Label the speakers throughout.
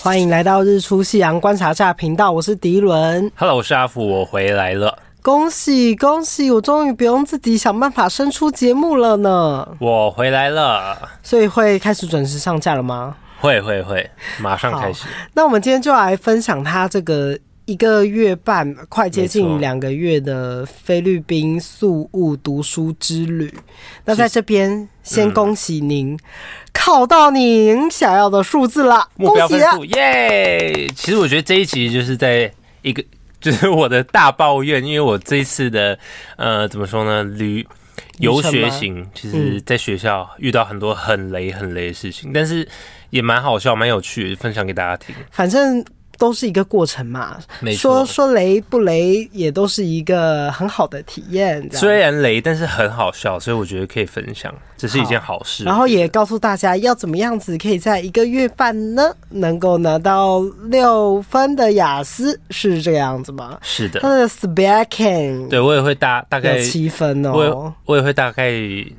Speaker 1: 欢迎来到日出夕阳观察站频道，我是迪伦。
Speaker 2: Hello，我是阿福，我回来了。
Speaker 1: 恭喜恭喜，我终于不用自己想办法生出节目了呢。
Speaker 2: 我回来了，
Speaker 1: 所以会开始准时上架了吗？
Speaker 2: 会会会，马上开始。
Speaker 1: 那我们今天就来分享他这个一个月半，快接
Speaker 2: 没
Speaker 1: 近
Speaker 2: 错
Speaker 1: 两个月的菲律宾宿务读书之旅。那在这边
Speaker 2: 嗯
Speaker 1: 先恭喜您，考到您想要的数字了，
Speaker 2: 目
Speaker 1: 恭
Speaker 2: 标分
Speaker 1: 喜啊！
Speaker 2: 数，耶！其实我觉得这一集就是在一个， 就是我的大抱怨，因为我这一次的呃，怎么说呢，旅游学行，其
Speaker 1: 嗯
Speaker 2: 实在学校遇到很多很雷很雷的事情，但是也蛮好笑，蛮有趣的，分享给大家听。
Speaker 1: 反正都是一个过程嘛。
Speaker 2: 没
Speaker 1: 说
Speaker 2: 错，
Speaker 1: 说雷不雷，也都是一个很好的体验。这样
Speaker 2: 虽然雷，但是很好笑，所以我觉得可以分享，这是一件好事。
Speaker 1: 然后也告诉大家要怎么样子可以在一个月半呢，能够拿到六分的雅思，是这个样子吗？
Speaker 2: 是
Speaker 1: 他
Speaker 2: 的，
Speaker 1: 的 speaking
Speaker 2: 对我也会大大概
Speaker 1: 有七分
Speaker 2: 我也
Speaker 1: 哦。
Speaker 2: 我也会大概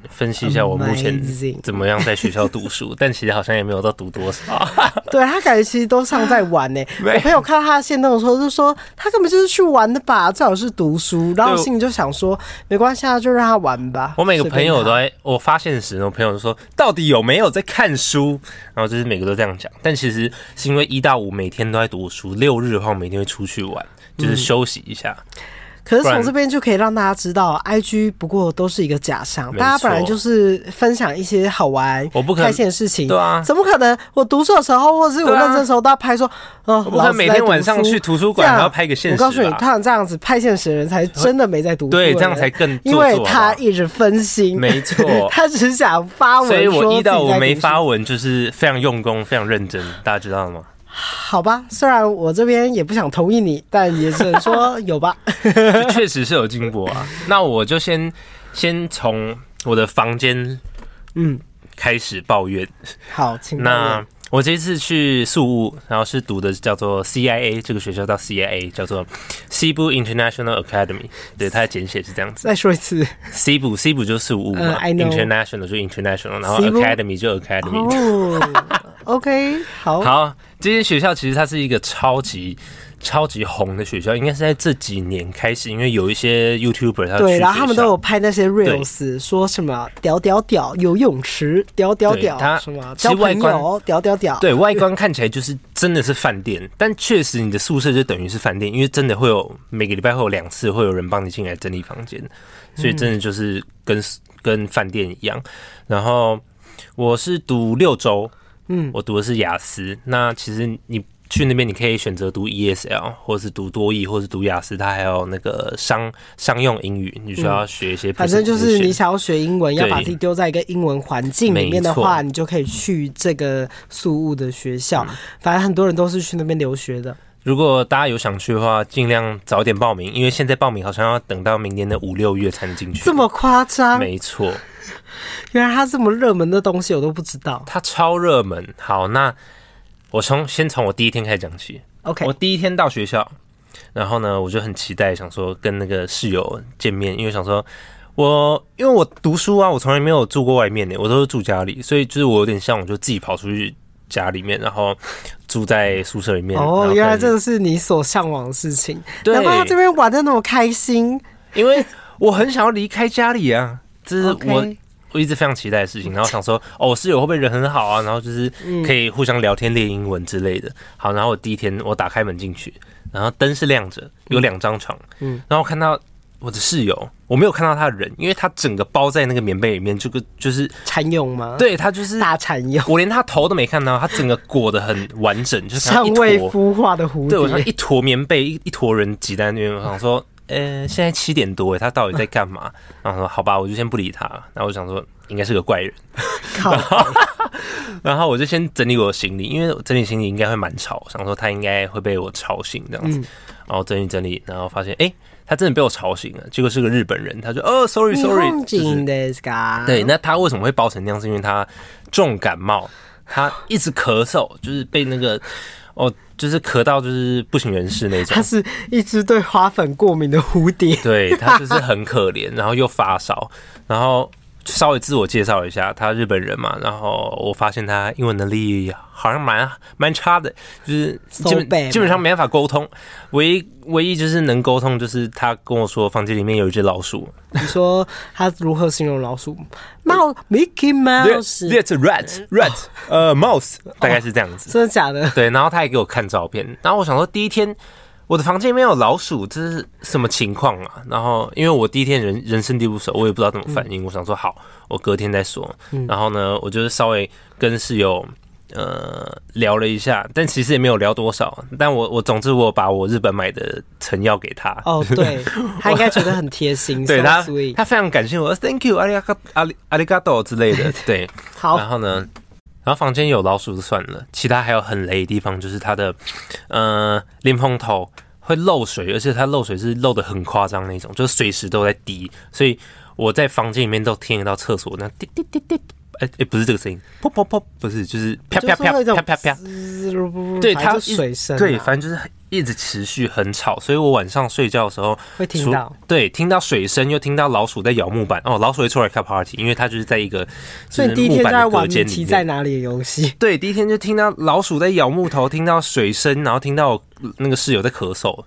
Speaker 2: 分析一下我目前
Speaker 1: Amazing
Speaker 2: 怎么样在学校读 书，但其实好像也没有到读多少。
Speaker 1: 对他感觉其实都像在玩呢、
Speaker 2: 没
Speaker 1: 我朋友看到他的线动的时候就说，他根本就是去玩的吧，最好是读书。然后我
Speaker 2: 对
Speaker 1: 心里就想说，没关系啊，就让他玩吧。
Speaker 2: 我每个
Speaker 1: 随
Speaker 2: 朋
Speaker 1: 便
Speaker 2: 友
Speaker 1: 他
Speaker 2: 都在，我发现时，我朋友就说到底有没有在看书，然后就是每个都这样讲，但其实是因为一到五每天都在读书，六日的话我每天会出去玩，
Speaker 1: 嗯
Speaker 2: 就是休息一下。
Speaker 1: 可是
Speaker 2: 不
Speaker 1: 从
Speaker 2: 然
Speaker 1: 这边就可以让大家知道，IG 不过都是一个假象，
Speaker 2: 没
Speaker 1: 大家本来
Speaker 2: 错
Speaker 1: 就是分享一些好玩、
Speaker 2: 我不可
Speaker 1: 开心的事情，
Speaker 2: 对啊
Speaker 1: 怎么可能？我读书的时候，或者是我
Speaker 2: 对啊
Speaker 1: 认真的时候，都要拍说，哦，
Speaker 2: 我不可
Speaker 1: 老
Speaker 2: 能
Speaker 1: 子
Speaker 2: 每
Speaker 1: 在
Speaker 2: 天
Speaker 1: 读
Speaker 2: 晚
Speaker 1: 书
Speaker 2: 上去图书馆
Speaker 1: 这样
Speaker 2: 还要拍个现实啊
Speaker 1: 我告诉你，
Speaker 2: 吧
Speaker 1: 他这样子拍现实的人，才真的没在读书的
Speaker 2: 对
Speaker 1: 人，
Speaker 2: 这样才更做
Speaker 1: 因为
Speaker 2: 作好不
Speaker 1: 他
Speaker 2: 好
Speaker 1: 一直分心，
Speaker 2: 没错
Speaker 1: 嗯 他只想发文，
Speaker 2: 所以我一到
Speaker 1: 五
Speaker 2: 五没发文，就是非常用功、非常认真，大家知道吗？
Speaker 1: 好吧，虽然我这边也不想同意你，但也只能说有吧。
Speaker 2: 确实是有进步啊。那我就先先从我的房间
Speaker 1: 嗯，
Speaker 2: 开始抱怨。
Speaker 1: 好，请
Speaker 2: 那我这次去宿务，然后是读的叫做 CIA 这个学校，到 CIA 叫做 Cebu International Academy，对，它的简写是这样子。
Speaker 1: 再说一次。
Speaker 2: Cebu Cebu 就是宿务
Speaker 1: 嗯
Speaker 2: 嘛、
Speaker 1: ，I
Speaker 2: i
Speaker 1: know
Speaker 2: n t e r n a t i o n a l 就 International，然后
Speaker 1: Cebu
Speaker 2: Academy 就 Academy。
Speaker 1: 哦 ，OK，好，
Speaker 2: 好，这间学校其实它是一个超级超级红的学校，应该是在这几年开始，因为有一些 YouTuber 他
Speaker 1: 对，
Speaker 2: 去
Speaker 1: 然后他们
Speaker 2: 学
Speaker 1: 都
Speaker 2: 校
Speaker 1: 有拍那些 reels，说什么屌屌屌游泳池，屌屌
Speaker 2: 对
Speaker 1: 屌
Speaker 2: 他
Speaker 1: 什么
Speaker 2: 其
Speaker 1: 交
Speaker 2: 实外
Speaker 1: 朋
Speaker 2: 观
Speaker 1: 友，屌屌屌，
Speaker 2: 对外观看起来就是真的是饭店， 但确实你的宿舍就等于是饭店，因为真的会有每个礼拜会有两次会有人帮你进来整理房间，所以真的就是跟、跟饭店一样。然后我是读六周，嗯，我读的是雅思。那其实你去那边，你可以选择读 ESL，或是读多益，或是读雅思，它还有那个商商用英语，你需要学一些 presentation、
Speaker 1: 嗯反正就是你想要学英文，要把
Speaker 2: 对
Speaker 1: 自己丢在一个英文环境里面的话，
Speaker 2: 没错嗯
Speaker 1: 你就可以去这个宿务的学校。反正很多人都是去那边留学的。
Speaker 2: 如果大家有想去的话，尽量早点报名，因为现在报名好像要等到明年的五六月才能进去。
Speaker 1: 这么夸张？
Speaker 2: 没错，
Speaker 1: 原来它这么热门的东西我都不知道。
Speaker 2: 它超热门。好，那我从先从我第一天开始讲起。
Speaker 1: OK，
Speaker 2: 我第一天到学校，然后呢，我就很期待，想说跟那个室友见面，因为想说我因为我读书啊，我从来没有住过外面的，我都是住家里，所以就是我有点像我就自己跑出去家里面，然后住在宿舍里面。然
Speaker 1: 哦
Speaker 2: 后，
Speaker 1: 原来
Speaker 2: 跟
Speaker 1: 这个是你所向往的事情，
Speaker 2: 对
Speaker 1: 难怪他这边玩的那么开心。
Speaker 2: 因为我很想要离开家里啊，这是
Speaker 1: OK
Speaker 2: 我我一直非常期待的事情。然后想说，哦，我室友会不会人很好啊？然后就是可以互相聊天、练英文之类的。好，然后我第一天我打开门进去，然后灯是亮着，有两张床，嗯，然后看到。我的室友，我没有看到他的人，因为他整个包在那个棉被里面，这个就是，
Speaker 1: 蚕蛹吗？，
Speaker 2: 对他就是，
Speaker 1: 大蚕蛹，
Speaker 2: 我连他头都没看到，他整个裹得很完整，就是像
Speaker 1: 尚
Speaker 2: 一
Speaker 1: 未
Speaker 2: 坨
Speaker 1: 孵化的蝴
Speaker 2: 对，我像
Speaker 1: 蝶。
Speaker 2: 一坨棉被，一一坨人挤在那边，我 想说，呃，现在七点多，他到底在干嘛？然后说，好吧，我就先不理他。然后我想说，应该是个怪人。
Speaker 1: 靠，
Speaker 2: 然后我就先整理我的行李，因为我整理行李应该会蛮吵，想说他应该会被我吵醒这
Speaker 1: 嗯
Speaker 2: 样子。然后整理整理，然后发现，哎、他真的被我吵醒了。结果是个日本人，他说，哦，sorry
Speaker 1: 日
Speaker 2: sorry，
Speaker 1: 本
Speaker 2: 就是
Speaker 1: 人ですか？
Speaker 2: 对，，那他为什么会包成那样？是因为他重感冒，他一直咳嗽，就是被那个哦，就是咳到就是不省人事那种
Speaker 1: 它。是一只对花粉过敏的蝴蝶。
Speaker 2: 对他就是很可怜，然后又发烧，然后稍微自我介绍一下，他日本人嘛，然后我发现他英文能力好像蛮蛮差的，就是基
Speaker 1: So bad
Speaker 2: 本
Speaker 1: 吗
Speaker 2: 基本上没办法沟通，唯一唯一就是能沟通就是他跟我说房间里面有一只老鼠
Speaker 1: 你说他如何形容老鼠？猫，Mickey Mouse，
Speaker 2: a rat rat 呃 mouse，大 概是这样子。
Speaker 1: 真的假的？
Speaker 2: 对，然后他也给我看照片，然后我想说第一天我的房间里面有老鼠，这是什么情况啊？然后因为我第一天人人生地不熟，我也不知道怎么反应，我想说好，我隔天再说。然后呢，我就是稍微跟室友。呃，聊了一下，但其实也没有聊多少。但我我总之我把我日本买的成药给他，
Speaker 1: 哦，对，他应该觉得很贴心，
Speaker 2: 对
Speaker 1: so
Speaker 2: 他
Speaker 1: sweet
Speaker 2: 他非常感谢我，Thank 哦 you，阿里嘎阿里阿里嘎多之类的，对。然
Speaker 1: 好，
Speaker 2: 后呢，然后房间有老鼠就算了，其他还有很雷的地方，就是它的呃淋蓬头会漏水，而且它漏水是漏的很夸张那种，就是随时都在滴，所以我在房间里面都听得到厕所那滴滴滴滴。哎、哎、不是这个声音，噗噗噗，不是，就是啪
Speaker 1: 就是
Speaker 2: 啪啪
Speaker 1: 会有一种
Speaker 2: 啪啪啪，
Speaker 1: 滋
Speaker 2: 对，
Speaker 1: 嗯反正
Speaker 2: 它
Speaker 1: 就
Speaker 2: 一
Speaker 1: 水声啊，
Speaker 2: 对，反正就是一直持续很吵，所以我晚上睡觉的时候
Speaker 1: 会听
Speaker 2: 除
Speaker 1: 到。
Speaker 2: 对，听到水声，又听到老鼠在咬木板。哦，老鼠会出来开 party，因为它就是在一个
Speaker 1: 所
Speaker 2: 就
Speaker 1: 以
Speaker 2: 是
Speaker 1: 你第一天
Speaker 2: 木
Speaker 1: 就
Speaker 2: 板
Speaker 1: 在
Speaker 2: 的
Speaker 1: 玩
Speaker 2: 隔
Speaker 1: 《米
Speaker 2: 间
Speaker 1: 奇
Speaker 2: 里
Speaker 1: 在
Speaker 2: 面。
Speaker 1: 哪里》的游戏，
Speaker 2: 对，第一天就听到老鼠在咬木头，听到水声，然后听到那个室友在 咳嗽，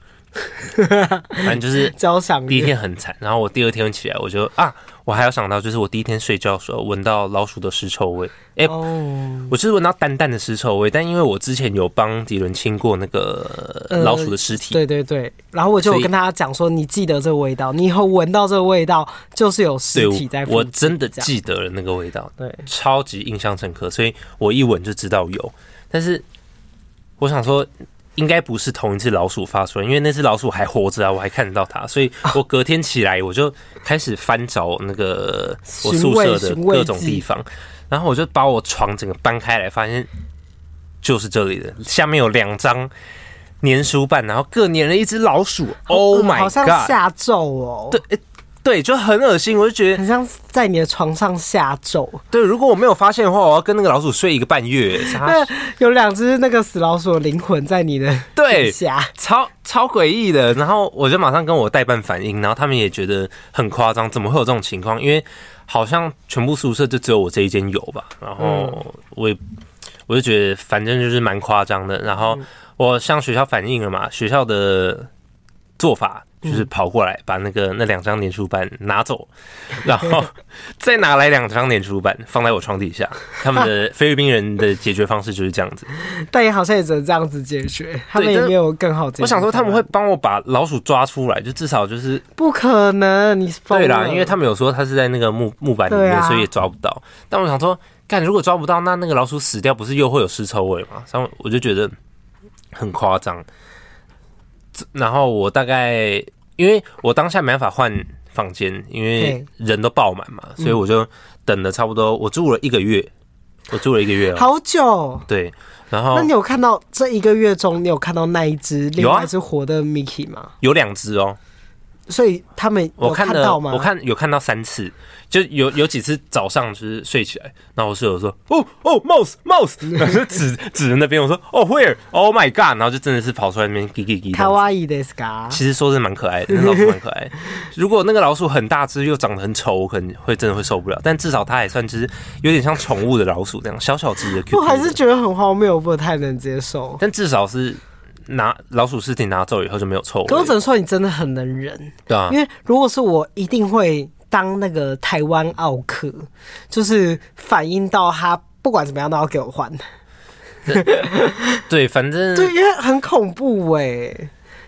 Speaker 2: 反正就是
Speaker 1: 交响
Speaker 2: 第一
Speaker 1: 乐。
Speaker 2: 天很惨。然后我第二天起来，我就啊，我还有想到就是我第一天睡觉的时候闻到老鼠的尸臭味，哎、
Speaker 1: 哦，
Speaker 2: 我就是闻到淡淡的尸臭味，但因为我之前有帮迪伦清过那个
Speaker 1: 呃
Speaker 2: 老鼠的尸体，
Speaker 1: 对对对，然后我就
Speaker 2: 所
Speaker 1: 有
Speaker 2: 以
Speaker 1: 跟他讲说，你记得这个味道，你以后闻到这个味道，就是有尸体在
Speaker 2: 对，
Speaker 1: 附
Speaker 2: 我我
Speaker 1: 近
Speaker 2: 真的
Speaker 1: 这样
Speaker 2: 记得了那个味道，
Speaker 1: 对，
Speaker 2: 超级印象深刻，所以我一闻就知道有。但是我想说，应该不是同一只老鼠发出来，因为那只老鼠还活着啊，我还看得到它，所以我隔天起来我就开始翻找那
Speaker 1: 嗯
Speaker 2: 个我宿舍的
Speaker 1: 寻味
Speaker 2: 各种地方，然后我就把我床整个搬开来，发现就是这里的，下面有两张。粘鼠板，然后各粘了一只老鼠。Oh
Speaker 1: 嗯
Speaker 2: my
Speaker 1: 好像
Speaker 2: god！
Speaker 1: 下咒哦，
Speaker 2: 对对，就很恶心，我就觉得
Speaker 1: 很像在你的床上下咒。
Speaker 2: 对，如果我没有发现的话，我要跟那个老鼠睡一个半月。
Speaker 1: 那有两只那个死老鼠的灵魂在你的
Speaker 2: 对
Speaker 1: 底下，
Speaker 2: 超超诡异的。然后我就马上跟我代办反映，然后他们也觉得很夸张，怎么会有这种情况？因为好像全部宿舍就只有我这一间有吧。然后我也我就觉得反正就是蛮夸张的。然后我向学校反映了嘛，学校的做法。就是跑过来把那个那两张粘鼠板拿走，然后再拿来两张粘鼠板放在我床底下。他们的菲律宾人的解决方式就是这样子。
Speaker 1: 但也好像也只能这样子解决，他们也
Speaker 2: 但是
Speaker 1: 没有更好解决。
Speaker 2: 我想说他们会帮我把老鼠抓出来，就至少就是
Speaker 1: 不可能，你疯
Speaker 2: 对啦，
Speaker 1: 了
Speaker 2: 因为他们有说它是在那个木木板里
Speaker 1: 对
Speaker 2: 面，
Speaker 1: 啊
Speaker 2: 所以也抓不到。但我想说，干如果抓不到，那那个老鼠死掉不是又会有尸臭味吗？然后我就觉得很夸张。这然后我大概因为我当下没办法换房间，因为人都爆满嘛，所以我就等了差不多，我住了一个月，我住了一个月哦。
Speaker 1: 好久。
Speaker 2: 对，然后
Speaker 1: 那你有看到这一个月中，你有看到那一只另
Speaker 2: 有啊
Speaker 1: 外一只活的 Mickey 吗？
Speaker 2: 有两只哦，
Speaker 1: 所以他们有
Speaker 2: 我看了，
Speaker 1: 到吗？
Speaker 2: 我看有看到三次，就有有几次早上就是睡起来，然后我室友说：“哦哦，mouse mouse”，然后就指指着那边，我说：“哦 where？Oh my god！” 然后就真的是跑出来那边叽叽叽。
Speaker 1: 卡哇伊的 scar，
Speaker 2: 其实说真的蛮可爱的，那老鼠蛮可爱的。 如果那个老鼠很大只又长得很丑，我可能会真的会受不了。但至少它还算就是有点像宠物的老鼠这样，小小只的 Q。
Speaker 1: 我还是觉得很荒谬，我不太能接受。
Speaker 2: 但至少是拿老鼠尸体拿走以后就没有臭
Speaker 1: 可我
Speaker 2: 味
Speaker 1: 只。能说你真的很能忍，
Speaker 2: 对啊
Speaker 1: 因，为如果是我，一定会当那个台湾奥克，就是反映到他不管怎么样都要给我换。
Speaker 2: 对，反正
Speaker 1: 对，因为很恐怖哎、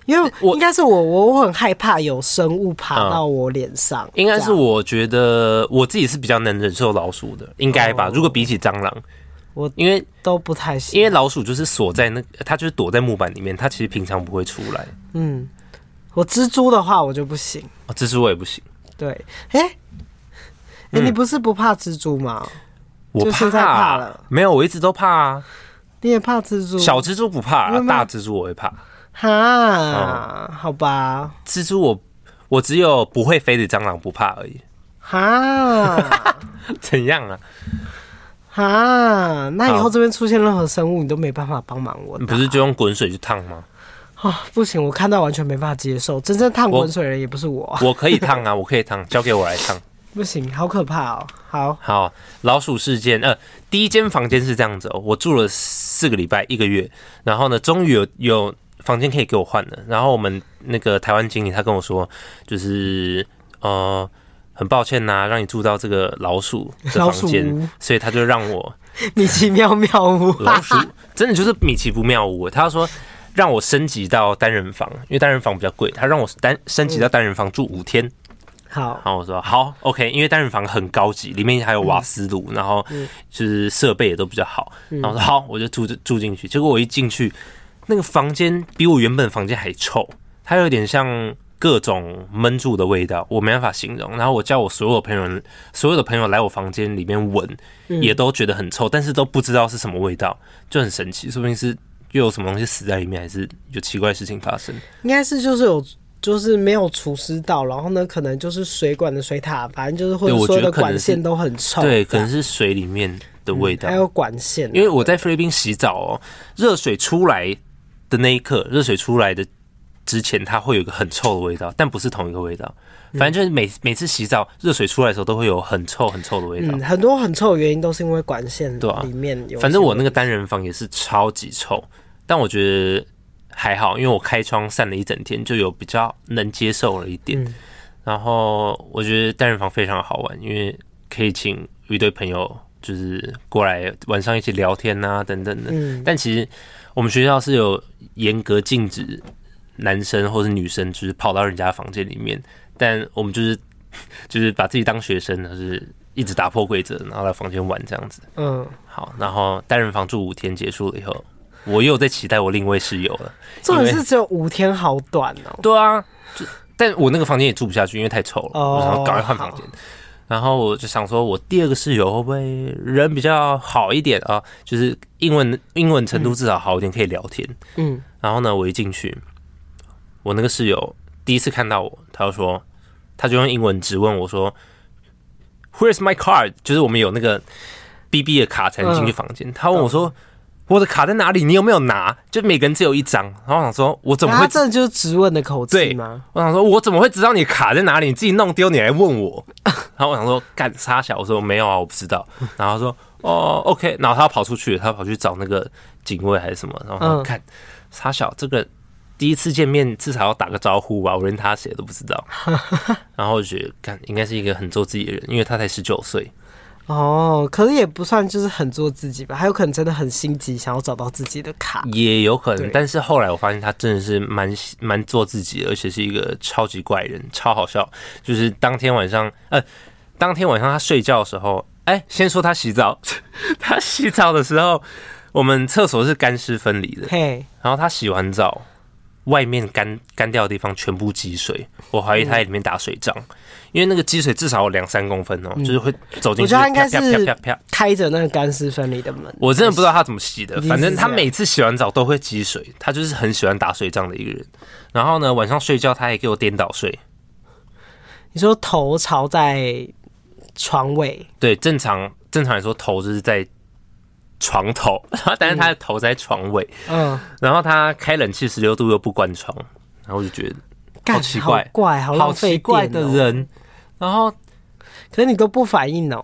Speaker 1: 因为
Speaker 2: 我
Speaker 1: 应该是我，我我很害怕有生物爬到我脸上，
Speaker 2: 应该
Speaker 1: 这
Speaker 2: 是
Speaker 1: 样
Speaker 2: 我觉得我自己是比较能忍受老鼠的，应该吧？如果比起蟑螂，
Speaker 1: 哦我
Speaker 2: 因为
Speaker 1: 都不太行，
Speaker 2: 因为老鼠就是锁在那，它就是躲在木板里面，它其实平常不会出来。
Speaker 1: 嗯，我蜘蛛的话我就不行。
Speaker 2: 哦，蜘蛛我也不行，
Speaker 1: 对，哎、哎、
Speaker 2: 嗯
Speaker 1: 你不是不怕蜘蛛吗？
Speaker 2: 我
Speaker 1: 就是
Speaker 2: 怕,、啊
Speaker 1: 在怕了
Speaker 2: 没有，我一直都怕啊。
Speaker 1: 你也怕蜘蛛？
Speaker 2: 小蜘蛛不怕、啊
Speaker 1: 没有没有
Speaker 2: 大蜘蛛我会怕。
Speaker 1: 哈、好吧，
Speaker 2: 蜘蛛我我只有不会飞的蟑螂不怕而已。
Speaker 1: 哈
Speaker 2: 怎样啊？
Speaker 1: 哈，那以后
Speaker 2: 好
Speaker 1: 这边出现任何生物，你都没办法帮忙我
Speaker 2: 你
Speaker 1: 打。
Speaker 2: 不是就用滚水去烫吗？
Speaker 1: 啊，不行，我看到完全没办法接受。真正烫
Speaker 2: 我
Speaker 1: 滚水的人也不是我，
Speaker 2: 我可以烫啊，我可以烫，交给我来烫。
Speaker 1: 不行，好可怕哦。好，
Speaker 2: 好，老鼠事件，呃，第一间房间是这样子哦，我住了四个礼拜，一个月，然后呢，终于有有房间可以给我换了。然后我们那个台湾经理他跟我说，就是呃，很抱歉呐、让你住到这个老鼠的
Speaker 1: 老
Speaker 2: 房
Speaker 1: 鼠屋
Speaker 2: 间，所以他就让 我
Speaker 1: 米奇妙妙屋，
Speaker 2: 老鼠真的就是米奇不妙屋。他说让我升级到单人房，因为单人房比较贵，他让我单升
Speaker 1: 嗯
Speaker 2: 级到单人房住五天。
Speaker 1: 好，
Speaker 2: 然后我说好，OK，因为单人房很高级，里面还有瓦斯炉，然后就是设备也都比较好。然后我说好，我就住住进去。结果我一进去，那个房间比我原本房间还臭，它有点像各种闷住的味道，我没办法形容。然后我叫我所有朋友，所有的朋友来我房间里面闻，也都觉得很臭，但是都不知道是什么味道，就很神奇，说不定是又有什么东西死在里面，还是有奇怪的事情发生。
Speaker 1: 应该是就是有。就是没有除湿到，然后呢，可能就是水管的水塔，反正就是或者
Speaker 2: 对我
Speaker 1: 所有
Speaker 2: 觉
Speaker 1: 的
Speaker 2: 得可能
Speaker 1: 管
Speaker 2: 是
Speaker 1: 线都很臭，
Speaker 2: 对，可
Speaker 1: 这样
Speaker 2: 能是水里面的味道。
Speaker 1: 还有管线啊，
Speaker 2: 因为我在菲律宾洗澡哦，热水出来的那一刻，热水出来的之前，它会有一个很臭的味道，但不是同一个味道。反正就是每每次洗澡，热水出来的时候都会有很臭很臭的味道
Speaker 1: 嗯，。很多很臭的原因都是因为管线
Speaker 2: 对啊
Speaker 1: 里面有一些问题。
Speaker 2: 反正我那个单人房也是超级臭，但我觉得还好，因为我开窗散了一整天，就有比较能接受了一点。
Speaker 1: 嗯
Speaker 2: 然后我觉得单人房非常好玩，因为可以请一堆朋友就是过来晚上一起聊天啊等等的。
Speaker 1: 嗯，
Speaker 2: 但其实我们学校是有严格禁止男生或是女生就是跑到人家房间里面，但我们就是 就是把自己当学生，就是一直打破规则，然后来房间玩这样子。
Speaker 1: 嗯，
Speaker 2: 好，然后单人房住五天结束了以后，我又在期待我另一位室友了。
Speaker 1: 重点是只有五天，好短哦。
Speaker 2: 对啊，就但我那个房间也住不下去，因为太臭了，
Speaker 1: 哦
Speaker 2: 我想要赶快换房间。然后我就想说，我第二个室友会不会人比较好一点啊？就是英文英文程度至少好一点，可以聊天。
Speaker 1: 嗯，
Speaker 2: 然后呢，我一进去，我那个室友第一次看到我，他就说，他就用英文质问我说，Where's my card？就是我们有那个 BB 的卡才能进去房
Speaker 1: 嗯
Speaker 2: 间。他问我说，我的卡在哪里？你有没有拿？就每个人只有一张。然后我想说，我怎么
Speaker 1: 他
Speaker 2: 会？
Speaker 1: 这就是质问的口气
Speaker 2: 对
Speaker 1: 吗？
Speaker 2: 我想说，我怎么会知道你卡在哪里？你自己弄丢，你来问我。然后我想说，干傻小，我说没有啊，我不知道。然后他说，哦，OK。然后他跑出去，他跑去找那个警卫还是什么。然后
Speaker 1: 嗯
Speaker 2: 他说看傻小，这个第一次见面至少要打个招呼吧，我连他谁都不知道。然后我就觉得，干应该是一个很做自己的人，因为他才十九岁。
Speaker 1: 哦，可是也不算就是很做自己吧，还有可能真的很心急，想要找到自己的卡。
Speaker 2: 也有可
Speaker 1: 对
Speaker 2: 能，但是后来我发现他真的是蛮蛮做自己的，而且是一个超级怪人，超好笑。就是当天晚上，呃，当天晚上他睡觉的时候，哎、先说他洗澡， 他洗澡的时候，我们厕所是干湿分离的，
Speaker 1: 嘿，
Speaker 2: 然后他洗完澡，外面干干掉的地方全部积水，我怀
Speaker 1: 嗯
Speaker 2: 疑他在里面打水仗，因为那个积水至少有两三公分哦、就是会走进
Speaker 1: 嗯我
Speaker 2: 去，
Speaker 1: 觉得他应该
Speaker 2: 啪啪
Speaker 1: 是
Speaker 2: 啪啪啪
Speaker 1: 开着那个干湿分离的门。
Speaker 2: 我真的不知道他怎么洗的，
Speaker 1: 定是
Speaker 2: 反正他
Speaker 1: 这样
Speaker 2: 每次洗完澡都会积水，他就是很喜欢打水仗的一个人。然后呢，晚上睡觉他也给我颠倒睡，
Speaker 1: 你说头朝在床尾，
Speaker 2: 对，正常正常来说头就是在床 头，但是他的头在床尾，
Speaker 1: 嗯，
Speaker 2: 然后他开冷气十六度又不关窗，然后我就觉得
Speaker 1: 干
Speaker 2: 好奇怪
Speaker 1: 好怪，好
Speaker 2: 好
Speaker 1: 浪费
Speaker 2: 奇怪的
Speaker 1: 电哦。
Speaker 2: 人。然后，
Speaker 1: 可是你都不反应哦，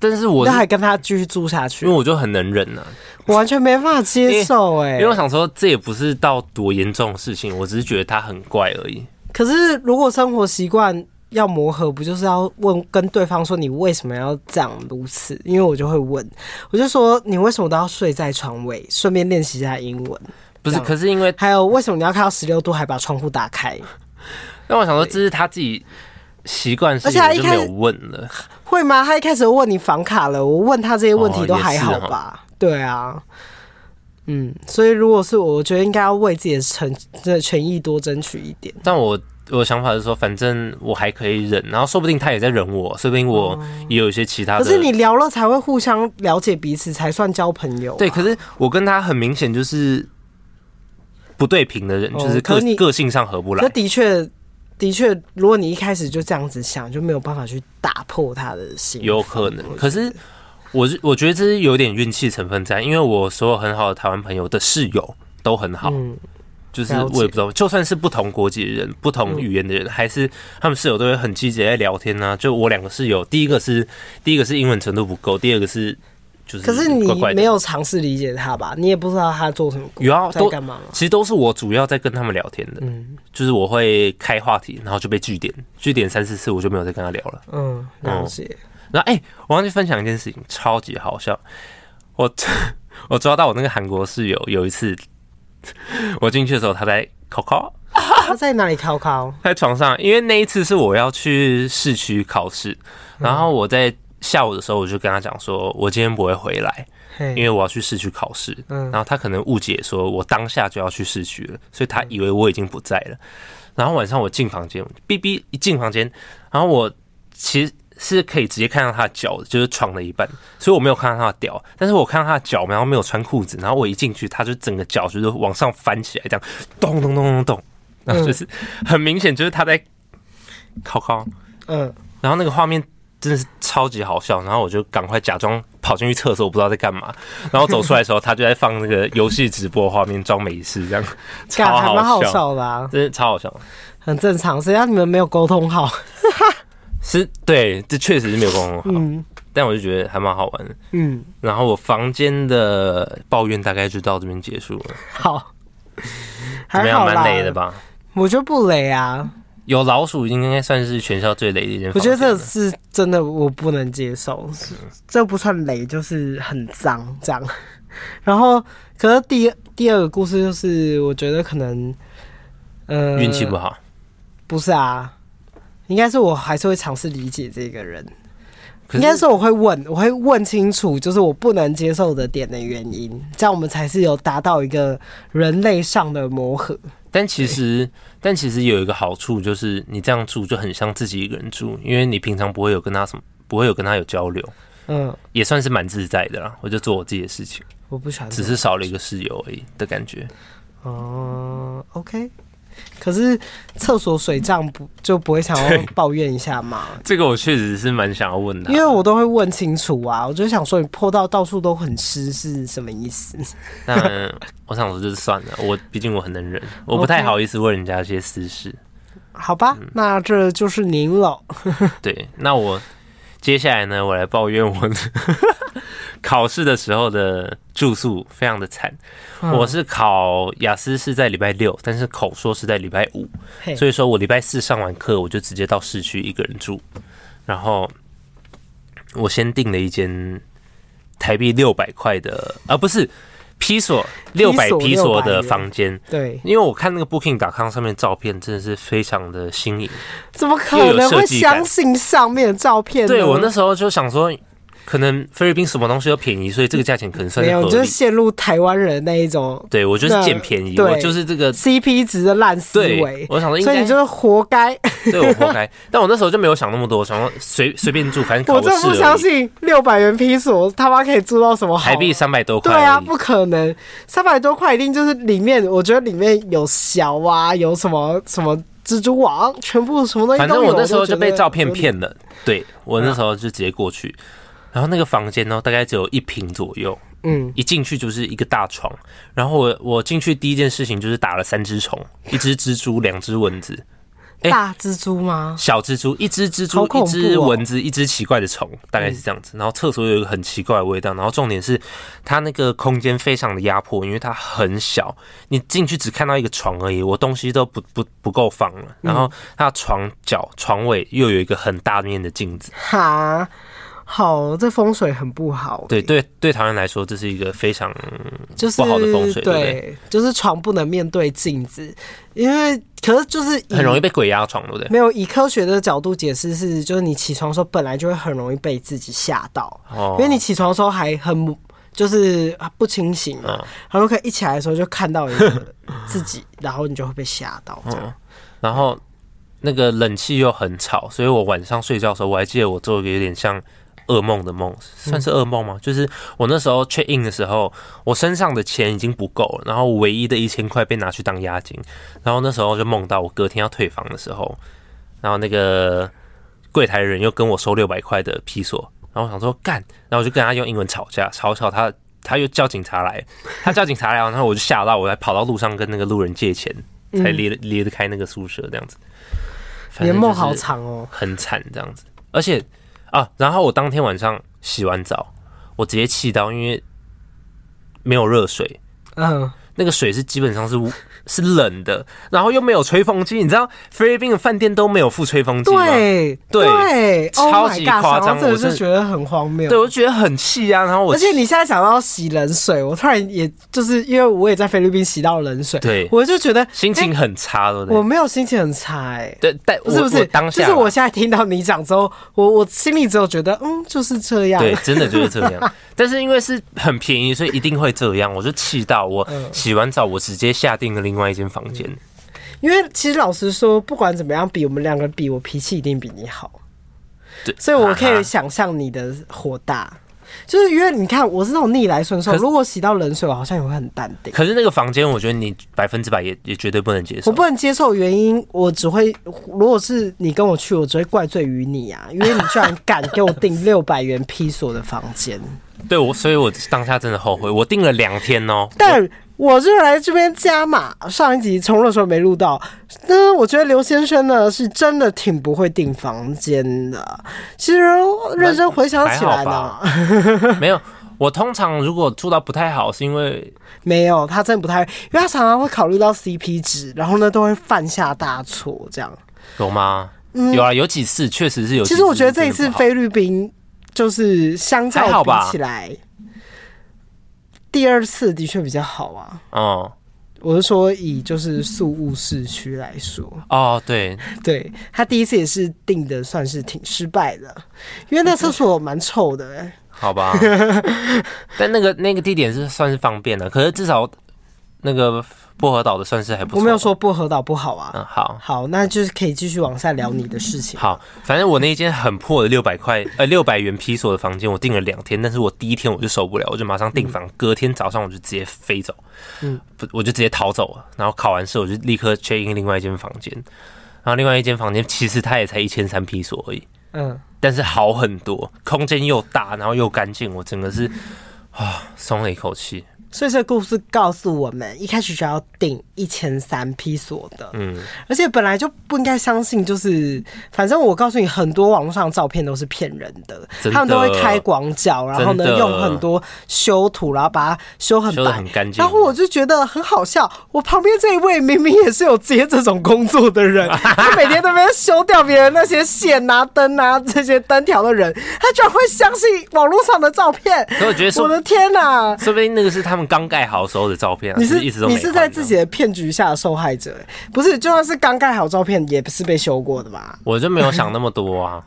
Speaker 2: 但是我
Speaker 1: 那
Speaker 2: 是
Speaker 1: 还跟他继续住下去
Speaker 2: 因为，我就很能忍啊，
Speaker 1: 我完全没办法接受哎、
Speaker 2: 因为我想说这也不是到多严重的事情，我只是觉得他很怪而已。
Speaker 1: 可是如果生活习惯要磨合，不就是要问跟对方说你为什么要这样如此？因为我就会问，我就说你为什么都要睡在床尾？顺便练习一下英文，
Speaker 2: 不
Speaker 1: 这
Speaker 2: 是，
Speaker 1: 样
Speaker 2: 可是因为
Speaker 1: 还有为什么你要开到十六度还把窗户打开？
Speaker 2: 那我想说，这是他自己习惯性，
Speaker 1: 而且他
Speaker 2: 我
Speaker 1: 一
Speaker 2: 就
Speaker 1: 开
Speaker 2: 没
Speaker 1: 始
Speaker 2: 有问了。
Speaker 1: 会吗？他一开始问你房卡了，我问他这些问题都还好
Speaker 2: 哦也是
Speaker 1: 吧？对啊。嗯，所以如果是我，我觉得应该要为自己的权的权益多争取一点。
Speaker 2: 但我我的想法是说，反正我还可以忍，然后说不定他也在忍我，说不定我也有一些其他
Speaker 1: 哦可
Speaker 2: 的。
Speaker 1: 是你聊了才会互相了解彼此，才算交朋友啊、
Speaker 2: 对，可是我跟他很明显就是不对平的人，
Speaker 1: 哦
Speaker 2: 就是
Speaker 1: 可
Speaker 2: 个
Speaker 1: 是你
Speaker 2: 个性上合不
Speaker 1: 那
Speaker 2: 来。
Speaker 1: 的确，的确，如果你一开始就这样子想，就没有办法去打破他的心。
Speaker 2: 有可能。可是我是我觉得这是有点运气成分在，因为我所有很好的台湾朋友的室友都很好，
Speaker 1: 嗯，
Speaker 2: 就是
Speaker 1: 了解
Speaker 2: 我也不知道，就算是不同国籍的人、不同语言的人，还是他们室友都会很积极地在聊天啊。就我两个室友，第一个是第一个是英文程度不够，第二个是就是
Speaker 1: 可是你
Speaker 2: 怪怪的
Speaker 1: 没有尝试理解他吧？你也不知道他做什么工，
Speaker 2: 有啊，
Speaker 1: 在
Speaker 2: 都
Speaker 1: 干嘛吗？
Speaker 2: 其实都是我主要在跟他们聊天的，
Speaker 1: 嗯
Speaker 2: 就是我会开话题，然后就被据点，据点三四次，我就没有再跟他聊了。
Speaker 1: 嗯，了解。
Speaker 2: 然后哎、我忘记分享一件事情，超级好笑。我 我抓到我那个韩国室友，有一次我进去的时候，他在 Coco
Speaker 1: 他在哪里考考？
Speaker 2: 在床上，因为那一次是我要去市区考试，然后我在下午的时候我就跟他讲说，我今天不会回来，因
Speaker 1: 嘿，
Speaker 2: 为我要去市区考试。
Speaker 1: 嗯
Speaker 2: 然后他可能误解说我当下就要去市区了，所以他以为我已经不在了。然后晚上我进房间，哔哔一进房间，然后我其实是可以直接看到他的脚的，就是床的一半，所以我没有看到他的屌，但是我看到他的脚，然后没有穿裤子，然后我一进去，他就整个脚就是往上翻起来，这样咚咚咚咚咚，然后就是很明显就是他在靠靠，
Speaker 1: 嗯，
Speaker 2: 然后那个画面真的是超级好笑，然后我就赶快假装跑进去厕所，我不知道在干嘛，然后走出来的时候，他就在放那个游戏直播画面装没事，这样超
Speaker 1: 干还蛮
Speaker 2: 好
Speaker 1: 好
Speaker 2: 笑，
Speaker 1: 笑的啊，
Speaker 2: 真的超好笑。
Speaker 1: 很正常。谁让你们没有沟通好？
Speaker 2: 是，对，这确实是没有功好，
Speaker 1: 嗯
Speaker 2: 但我就觉得还蛮好玩的。
Speaker 1: 嗯，
Speaker 2: 然后我房间的抱怨大概就到这边结束了，
Speaker 1: 好，
Speaker 2: 怎么
Speaker 1: 还
Speaker 2: 样？
Speaker 1: 好啦
Speaker 2: 蛮累的？吧？
Speaker 1: 我觉得不累啊，
Speaker 2: 有老鼠已经应该算是全校最累的一间
Speaker 1: 我
Speaker 2: 房
Speaker 1: 觉
Speaker 2: 间
Speaker 1: 得
Speaker 2: 了。
Speaker 1: 这是真的，我不能接受，是这不算雷，就是很脏这样。然后，可是第第二个故事就是，我觉得可能，呃，
Speaker 2: 运气不好，
Speaker 1: 不是啊，应该是我还是会尝试理解这个人，
Speaker 2: 可
Speaker 1: 应该
Speaker 2: 是
Speaker 1: 是我会问，我会问清楚，就是我不能接受的点的原因，这样我们才是有达到一个人类上的磨合。
Speaker 2: 但其实但其实有一个好处就是，你这样住就很像自己一个人住，因为你平常不会有跟他什么，不会有跟他有交流，
Speaker 1: 嗯，
Speaker 2: 也算是蛮自在的啦。我就做我自己的事情，
Speaker 1: 我不喜欢这
Speaker 2: 只
Speaker 1: 种，
Speaker 2: 是少了一个室友而已的感觉。
Speaker 1: 哦、o k 可是厕所水账不就不会想要抱怨一下嘛？
Speaker 2: 这个我确实是蛮想要问啊他
Speaker 1: 因，为我都会问清楚啊，我就想说你破到到处都很湿是什么意思？
Speaker 2: 但我想说就是算了，我毕竟我很能忍，我不太
Speaker 1: OK
Speaker 2: 好意思问人家一些私事。
Speaker 1: 好吧，
Speaker 2: 嗯
Speaker 1: 那这就是您了。
Speaker 2: 对，那我接下来呢，我来抱怨我的 考试的时候的住宿非常的惨。我是考雅思是在礼拜六，但是口说是在礼拜五，
Speaker 1: 嘿
Speaker 2: 所以说我礼拜四上完课，我就直接到市区一个人住，然后我先订了一间台币六百块的，啊不是。披索六百披索
Speaker 1: 600
Speaker 2: 的
Speaker 1: 元
Speaker 2: 房间，
Speaker 1: 对，
Speaker 2: 因为我看那个 Booking.com 上面照片，真的是非常的新颖。
Speaker 1: 怎么可
Speaker 2: 又有
Speaker 1: 能
Speaker 2: 设
Speaker 1: 会
Speaker 2: 计感
Speaker 1: 相信上面的照片呢？
Speaker 2: 对我那时候就想说，可能菲律宾什么东西都便宜，所以这个价钱可能算
Speaker 1: 没
Speaker 2: 是
Speaker 1: 有，
Speaker 2: 合
Speaker 1: 你就是
Speaker 2: 理。
Speaker 1: 陷入台湾人那一种
Speaker 2: 对我就是捡便宜，
Speaker 1: 对
Speaker 2: 我就是这个。
Speaker 1: CP 值的烂思
Speaker 2: 对
Speaker 1: 维，，
Speaker 2: 我想说应
Speaker 1: 所以
Speaker 2: 该
Speaker 1: 你就是活该。
Speaker 2: 对我 活该，但我那时候就没有想那么多，我想说随随便住，反正考
Speaker 1: 我
Speaker 2: 个
Speaker 1: 真
Speaker 2: 试
Speaker 1: 的不
Speaker 2: 而
Speaker 1: 相
Speaker 2: 已，
Speaker 1: 信六百元披索他妈可以租到什么好
Speaker 2: 台币三百多块
Speaker 1: 对
Speaker 2: 而已。
Speaker 1: 啊，不可能，三百多块一定就是里面，我觉得里面有小啊，有什么什么蜘蛛网，全部什么东西
Speaker 2: 反
Speaker 1: 都有。
Speaker 2: 正我那时候
Speaker 1: 就
Speaker 2: 就
Speaker 1: 觉得
Speaker 2: 被照片。骗了，对我那时候就直接过去，然后那个房间呢，大概只有一平左右，
Speaker 1: 嗯，
Speaker 2: 一进去就是一个大床，然后我我进去第一件事情就是打了三只虫，一只蜘蛛，两只蚊子，哎
Speaker 1: 大蜘蛛吗？
Speaker 2: 小蜘蛛，一只蜘蛛，
Speaker 1: 好恐
Speaker 2: 一
Speaker 1: 怖哦
Speaker 2: 只蚊子，一只奇怪的虫，大概是这样子。然后厕所有一个很奇怪的味道，然后重点是它那个空间非常的压迫，因为它很小，你进去只看到一个床而已，我东西都不
Speaker 1: 嗯
Speaker 2: 不不够放了。然后它的床脚、床尾又有一个很大面的镜子，
Speaker 1: 哈，好，这风水很不好。
Speaker 2: 对对对，台湾来说这是一个非常
Speaker 1: 就是
Speaker 2: 不好的风水对不对
Speaker 1: 就是床不能面对镜子，因为可是就是以
Speaker 2: 很容易被鬼压床，对不对？
Speaker 1: 没有以科学的角度解释是，就是你起床的时候本来就会很容易被自己吓到，嗯
Speaker 2: 哦
Speaker 1: 因为你起床的时候还很就是啊不清醒嘛，
Speaker 2: 嗯
Speaker 1: 然后可以一起来的时候就看到一个自己，然后你就会被吓到
Speaker 2: 嗯
Speaker 1: 这样。
Speaker 2: 然后那个冷气又很吵，所以我晚上睡觉的时候，我还记得我做一个有点像噩梦的梦，算是噩
Speaker 1: 嗯
Speaker 2: 梦吗？就是我那时候 check in 的时候，我身上的钱已经不够了，然后唯一的一千块被拿去当押金，然后那时候就梦到我隔天要退房的时候，然后那个柜台人又跟我收六百块的披索，然后我想说干，然后我就跟他用英文吵架，吵吵他他又叫警察来，他叫警察来，然后我就吓到，我还跑到路上跟那个路人借钱，才离得离得开那个宿舍这样子。反
Speaker 1: 嗯年
Speaker 2: 正
Speaker 1: 梦
Speaker 2: 就是
Speaker 1: 好长哦，
Speaker 2: 很惨这样子。而且啊，然后我当天晚上洗完澡，我直接气到，因为没有热水，
Speaker 1: 嗯，
Speaker 2: 那个水是基本上是 是冷的，然后又没有吹风机，你知道菲律宾的饭店都没有附吹风机吗？
Speaker 1: 对
Speaker 2: 对
Speaker 1: 对，
Speaker 2: 超级
Speaker 1: Oh my god，
Speaker 2: 夸张
Speaker 1: 想到这
Speaker 2: 我
Speaker 1: 个
Speaker 2: 真
Speaker 1: 就
Speaker 2: 的
Speaker 1: 觉得很荒谬。
Speaker 2: 对，我就觉得很气啊。然后我
Speaker 1: 而且你现在想到洗冷水，我突然也就是因为我也在菲律宾洗到冷水，
Speaker 2: 对
Speaker 1: 我就觉得
Speaker 2: 心情
Speaker 1: 哎
Speaker 2: 很差，对不
Speaker 1: 我
Speaker 2: 对？
Speaker 1: 没有心情很差哎、
Speaker 2: 对，但
Speaker 1: 不是
Speaker 2: 我
Speaker 1: 不
Speaker 2: 我
Speaker 1: 是，
Speaker 2: 当下
Speaker 1: 就是我现在听到你讲之后，我我心里只有觉得，嗯，就是这样。
Speaker 2: 对，真的就是这 样。但是因为是很便宜，所以一定会这样。我就气到我
Speaker 1: 嗯
Speaker 2: 洗完澡，我直接下定了另外一间房间。
Speaker 1: 因为其实老实说，不管怎么样比，我们两个比，我脾气一定比你好，
Speaker 2: 对，
Speaker 1: 所以我可
Speaker 2: 哈
Speaker 1: 以
Speaker 2: 哈
Speaker 1: 想象你的火大。就是因为你看，我是那种逆来顺受，
Speaker 2: 可是
Speaker 1: 如果洗到冷水，我好像也会很淡定。
Speaker 2: 可是啊那个房间，我觉得你百分之百也也绝对不能接受。
Speaker 1: 我不能接受的原因，我只会如果是你跟我去，我只会怪罪于你啊，因为你居然敢给我订六百元批锁的房间。
Speaker 2: 对我，所以我当下真的后悔，我订了两 天哦。
Speaker 1: 但我就来这边加码，上一集重录的时候没录到。但我觉得刘先生呢是真的挺不会订房间的。其实认真回想起来
Speaker 2: 还
Speaker 1: 呢
Speaker 2: 好，我没有，我通常如果住到不太好，是因为
Speaker 1: 没有他真的不太，因为他常常会考虑到 CP 值，然后呢都会犯下大错这样。
Speaker 2: 有吗？有啊，有几次确实是有
Speaker 1: 嗯
Speaker 2: 几
Speaker 1: 其实
Speaker 2: 次真的不好。
Speaker 1: 我觉得这一次菲律宾就是相较
Speaker 2: 还好
Speaker 1: 比
Speaker 2: 吧
Speaker 1: 起来，第二次的确比较好啊。
Speaker 2: 哦
Speaker 1: 我是说，以就是宿务市区来说，
Speaker 2: 哦，对，
Speaker 1: 对他第一次也是定的，算是挺失败的，因为那厕所蛮臭的、欸。
Speaker 2: 好吧。但那个那个地点是算是方便的，可是至少那个薄荷岛的算是还不错。
Speaker 1: 我没有，说薄荷岛不好啊。
Speaker 2: 嗯，好
Speaker 1: 好，那就是可以继续往下聊你的事情。
Speaker 2: 好，反正我那一间很破的六百块呃六百元披索的房间，我订了两天，但是我第一天我就受不了，我就马上订房，隔天早上我就直接飞走，
Speaker 1: 嗯
Speaker 2: 嗯，不我就直接逃走了，然后考完试我就立刻 check in 另外一间房间，然后另外一间房间其实它也才一千三披索而已，
Speaker 1: 嗯，
Speaker 2: 但是好很多，空间又大，然后又干净，我整个是啊松了一口气，
Speaker 1: 所以这个故事告诉我们，一开始就要定一千三批锁的，嗯，而且本来就不应该相信，就是反正我告诉你，很多网络上的照片都是骗人的，
Speaker 2: 真的
Speaker 1: 他们都会开广角，然后呢
Speaker 2: 真的
Speaker 1: 用很多修图，然后把它修很
Speaker 2: 修
Speaker 1: 白
Speaker 2: 得很干净
Speaker 1: 然后我就觉得很好笑，我旁边这一位明明也是有接这种工作的 人，他每天都在那边修掉别人那些线啊、灯啊这些灯条的人，他居然会相信网络上的照片，
Speaker 2: 可我觉得说
Speaker 1: 我的天哪、
Speaker 2: 说不定那个是他们刚盖好时候的照片、啊，
Speaker 1: 你
Speaker 2: 只
Speaker 1: 是
Speaker 2: 一直都没
Speaker 1: 你是
Speaker 2: 换
Speaker 1: 在
Speaker 2: 这
Speaker 1: 自
Speaker 2: 样
Speaker 1: 己的骗局下的受害者、欸不是？就算是刚盖好照片，也不是被修过的吧？
Speaker 2: 我就没有想那么多啊。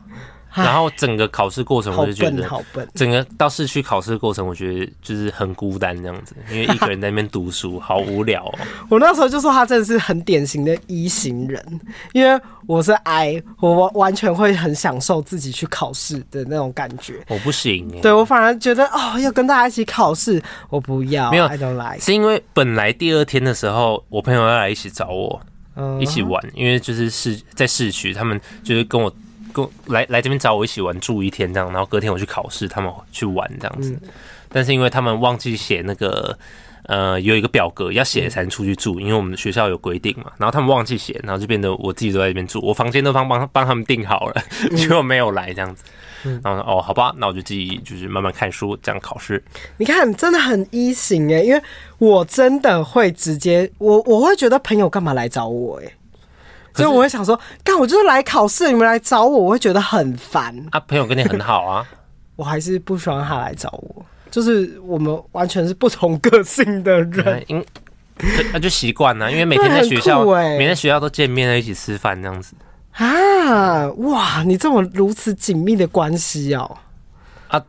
Speaker 2: 然后整个考试过程，
Speaker 1: 好
Speaker 2: 我就觉
Speaker 1: 笨，
Speaker 2: 得
Speaker 1: 好笨。
Speaker 2: 整个到市区考试的过程，我觉得就是很孤单这样子，因为一个人在那边读书，好无聊哦。
Speaker 1: 我那时候就说他真的是很典型的一型人，因为我是 I，我完全会很享受自己去考试的那种感觉。
Speaker 2: 我不行哎，
Speaker 1: 对我反而觉得哦，要跟大家一起考试，我不要，
Speaker 2: 没有
Speaker 1: I don't like，
Speaker 2: 是因为本来第二天的时候，我朋友要来一起找我，
Speaker 1: 嗯
Speaker 2: 一起玩，因为就是市在市区，他们就是跟我跟我来来这边找我一起玩住一天这样，然后隔天我去考试，他们去玩这样子。但是因为他们忘记写那个呃有一个表格要写才能出去住，因为我们学校有规定嘛，然后他们忘记写，然后就变得我自己都在这边住，我房间都帮帮帮他们订好了， 结果没有来这样子。然后哦，好吧，那我就自己就是慢慢看书，这样考试。
Speaker 1: 你看，真的很一型哎、因为我真的会直接，我我会觉得朋友干嘛来找我哎、
Speaker 2: 可
Speaker 1: 所
Speaker 2: 是
Speaker 1: 以我会想说，干我就是来考试，你们来找我，我会觉得很烦，
Speaker 2: 啊，朋友跟你很好啊，
Speaker 1: 我还是不喜欢他来找我，就是我们完全是不同个性的人。
Speaker 2: 那因那就习惯了，因为每天
Speaker 1: 对
Speaker 2: 在
Speaker 1: 很
Speaker 2: 学校，
Speaker 1: 酷欸
Speaker 2: 每天在学校都见面，一起吃饭这样子嗯
Speaker 1: 啊，哇！你这么如此紧密的关系哦，
Speaker 2: 啊。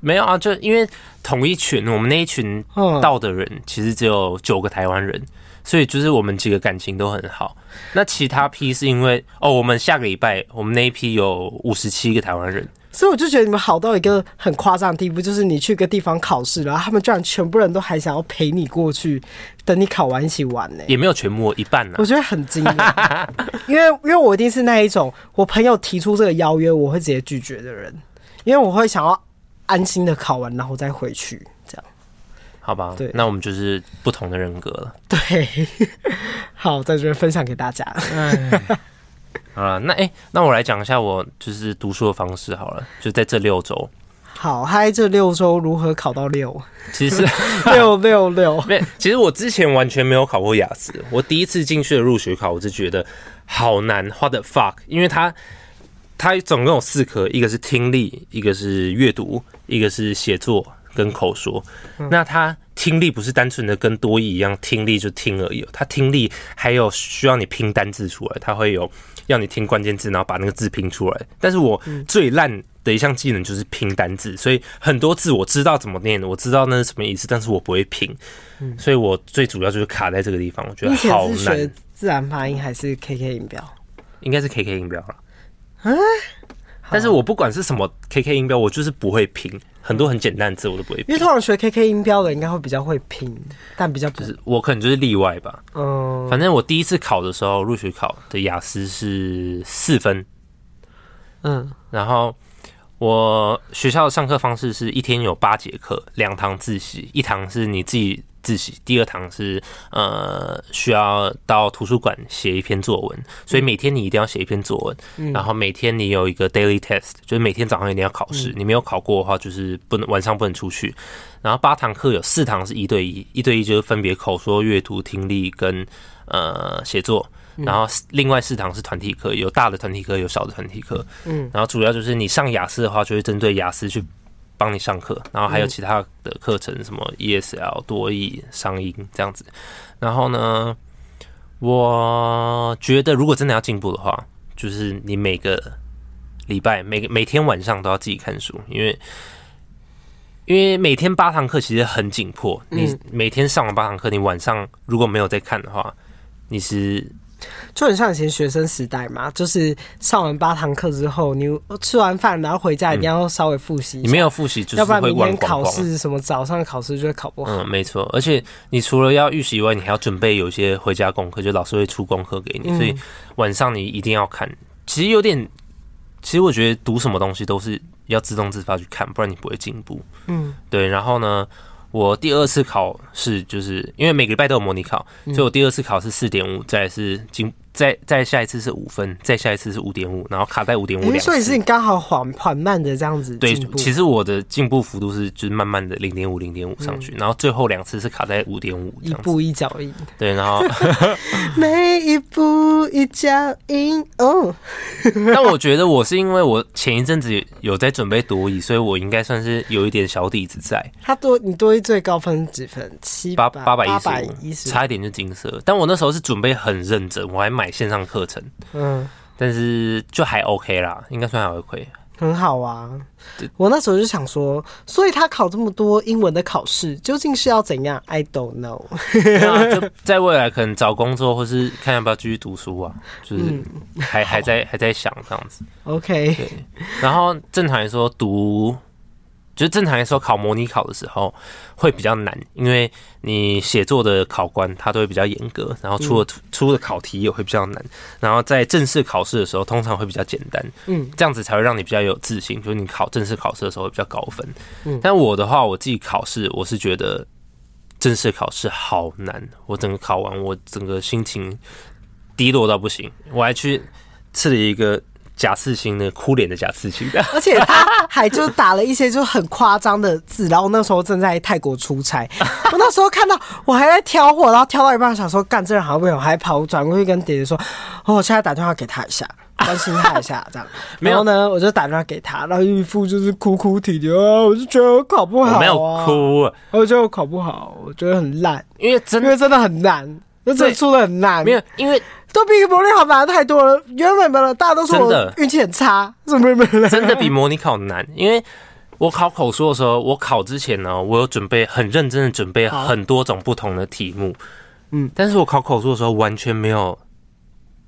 Speaker 2: 没有啊，就因为同一群，我们那一群
Speaker 1: 嗯
Speaker 2: 到的人其实只有九个台湾人，所以就是我们几个感情都很好。那其他批是因为哦，我们下个礼拜我们那一批有五十七个台湾人，
Speaker 1: 所以我就觉得你们好到一个很夸张的地步，就是你去一个地方考试，然后他们居然全部人都还想要陪你过去，等你考完一起玩呢、欸
Speaker 2: 也没有全部一半呢、
Speaker 1: 我觉得很惊讶， 因为因为我一定是那一种，我朋友提出这个邀约，我会直接拒绝的人，因为我会想要安心的考完，然后再回去这样。
Speaker 2: 好吧
Speaker 1: 对，
Speaker 2: 那我们就是不同的人格了。
Speaker 1: 对，好，在这边分享给大家。
Speaker 2: 好了，那哎、那我来讲一下我就是读书的方式好了，就在这六周，
Speaker 1: 好嗨，这六周如何考到 六
Speaker 2: 其实是
Speaker 1: 六六六？
Speaker 2: 没有，其实我之前完全没有考过雅思，我第一次进去的入学考，我就觉得好难，what the fuck，因为它它总共有四科，一个是听力，一个是阅读，一个是写作跟口说。那它听力不是单纯的跟多义一样，听力就听而已哦，它听力还有需要你拼单字出来，它会有要你听关键字，然后把那个字拼出来。但是我最烂。的一项技能就是拼单字，所以很多字我知道怎么念，我知道那是什么意思，但是我不会拼，所以我最主要就是卡在这个地方，我觉
Speaker 1: 你
Speaker 2: 得
Speaker 1: 以
Speaker 2: 好
Speaker 1: 前是
Speaker 2: 难
Speaker 1: 学。自然发音还是 KK 音标？
Speaker 2: 应该是 KK 音标了。但是我不管是什么 KK 音标，我就是不会拼，很多很简单的字我都不会
Speaker 1: 因
Speaker 2: 拼
Speaker 1: 为。通常学 KK 音标的应该会比较会拼，但比较不
Speaker 2: 就是我可能就是例外吧。
Speaker 1: 嗯，
Speaker 2: 反正我第一次考的时候，入学考的雅思是四分，
Speaker 1: 嗯，
Speaker 2: 然后我学校的上课方式是一天有八节课，两堂自习，一堂是你自己自习，第二堂是呃需要到图书馆写一篇作文，所以每天你一定要写一篇作文，然后每天你有一个 daily test，就是每天早上一定要考试，你没有考过的话就是不能晚上不能出去。然后八堂课有四堂是一对一，一对一就是分别口说、阅读、听力跟呃写作。然后另外四堂是团体课，有大的团体课，有小的团体课。嗯，然后主要就是你上雅思的话，就会针对雅思去帮你上课，然后
Speaker 1: 嗯
Speaker 2: 还有其他的课程，什么 ESL、多义、商英这样子。然后呢，我觉得如果真的要进步的话，就是你每个礼拜、每个每天晚上都要自己看书，因为因为每天八堂课其实很紧迫，
Speaker 1: 嗯
Speaker 2: 你每天上完八堂课，你晚上如果没有在看的话，你是
Speaker 1: 就很像以前学生时代嘛，就是上完八堂课之后，你吃完饭然后回家一定要稍微复习一
Speaker 2: 你
Speaker 1: 下，
Speaker 2: 没有复习，就是
Speaker 1: 要不然
Speaker 2: 会
Speaker 1: 明
Speaker 2: 忘
Speaker 1: 天
Speaker 2: 光
Speaker 1: 考
Speaker 2: 光。
Speaker 1: 试什么早上考试就会考不好。
Speaker 2: 嗯，没错，而且你除了要预习以外，你还要准备有一些回家功课，就老师会出功课给
Speaker 1: 嗯
Speaker 2: 你，所以晚上你一定要看。其实有点，其实我觉得读什么东西都是要自动自发去看，不然你不会进步。
Speaker 1: 嗯，
Speaker 2: 对。然后呢，我第二次考试就是因为每个礼拜都有模拟考，
Speaker 1: 嗯
Speaker 2: 所以我第二次考是四点五，再来是进，再再下一次是五分，再下一次是五点五，然后卡在五点五
Speaker 1: 诶
Speaker 2: 两
Speaker 1: 所以
Speaker 2: 次
Speaker 1: 是。你刚好缓缓慢的这样子
Speaker 2: 对
Speaker 1: 进，步。
Speaker 2: 其实我的进步幅度是就是慢慢的零点五零点五上去，然后最后两次是卡在五点五这
Speaker 1: 一
Speaker 2: 样子。
Speaker 1: 步一脚印，
Speaker 2: 对，然后，
Speaker 1: 每一步一脚印哦。
Speaker 2: 但我觉得我是因为我前一阵子有在准备多语，所以我应该算是有一点小底子在，
Speaker 1: 他多你多一最高分几分？七
Speaker 2: 八
Speaker 1: 八
Speaker 2: 八百
Speaker 1: 一
Speaker 2: 一十
Speaker 1: 十，
Speaker 2: 五，差一点就金色。但我那时候是准备很认真，我还买线上课程，
Speaker 1: 嗯，
Speaker 2: 但是就还 OK 啦，应该算还 OK。
Speaker 1: 很好啊。我那时候就想说，所以他考这么多英文的考试，究竟是要怎样？I don't know。
Speaker 2: 那啊就在未来可能找工作，或是看要不要继续读书啊，就是还还在还在想这样子。
Speaker 1: OK，
Speaker 2: 然后正常来说读，就是正常来说考模拟考的时候会比较难，因为你写作的考官他都会比较严格，然后出的、出的考题也会比较难，然后在正式考试的时候通常会比较简单，
Speaker 1: 嗯，
Speaker 2: 这样子才会让你比较有自信，就是你考正式考试的时候会比较高分。嗯，但我的话，我自己考试我是觉得正式考试好难，我整个考完我整个心情低落到不行，我还去刺了一个。假刺青的哭脸的假 刺青，
Speaker 1: 而且他还就打了一些就很夸张的字，然后那时候正在泰国出 差，我那时候看到我还在挑货，然后挑到一半想说干这人好像不行，我还跑转过去跟姐姐说，哦，我现在打电话给他一 下。关心他一下，这样。
Speaker 2: 没
Speaker 1: 然后
Speaker 2: 有
Speaker 1: 呢，我就打电话给他，然后一副就是哭哭啼啼啊，我就觉得我考不好、啊，
Speaker 2: 我没有，哭啊，
Speaker 1: 我觉得我考不好，我觉得很烂，
Speaker 2: 因为真
Speaker 1: 因为真的很难，那真的出的很难，
Speaker 2: 没有，因为
Speaker 1: 都比模拟考难太多了。原本本来大家都说
Speaker 2: 真
Speaker 1: 我
Speaker 2: 的
Speaker 1: 运气很差，怎么没来？
Speaker 2: 真的比模拟考难。因为我考口说的时候，我考之前呢，我有准备很认真的准备
Speaker 1: 好
Speaker 2: 很多种不同的题目，
Speaker 1: 嗯
Speaker 2: 嗯，但是我考口说的时候完全没有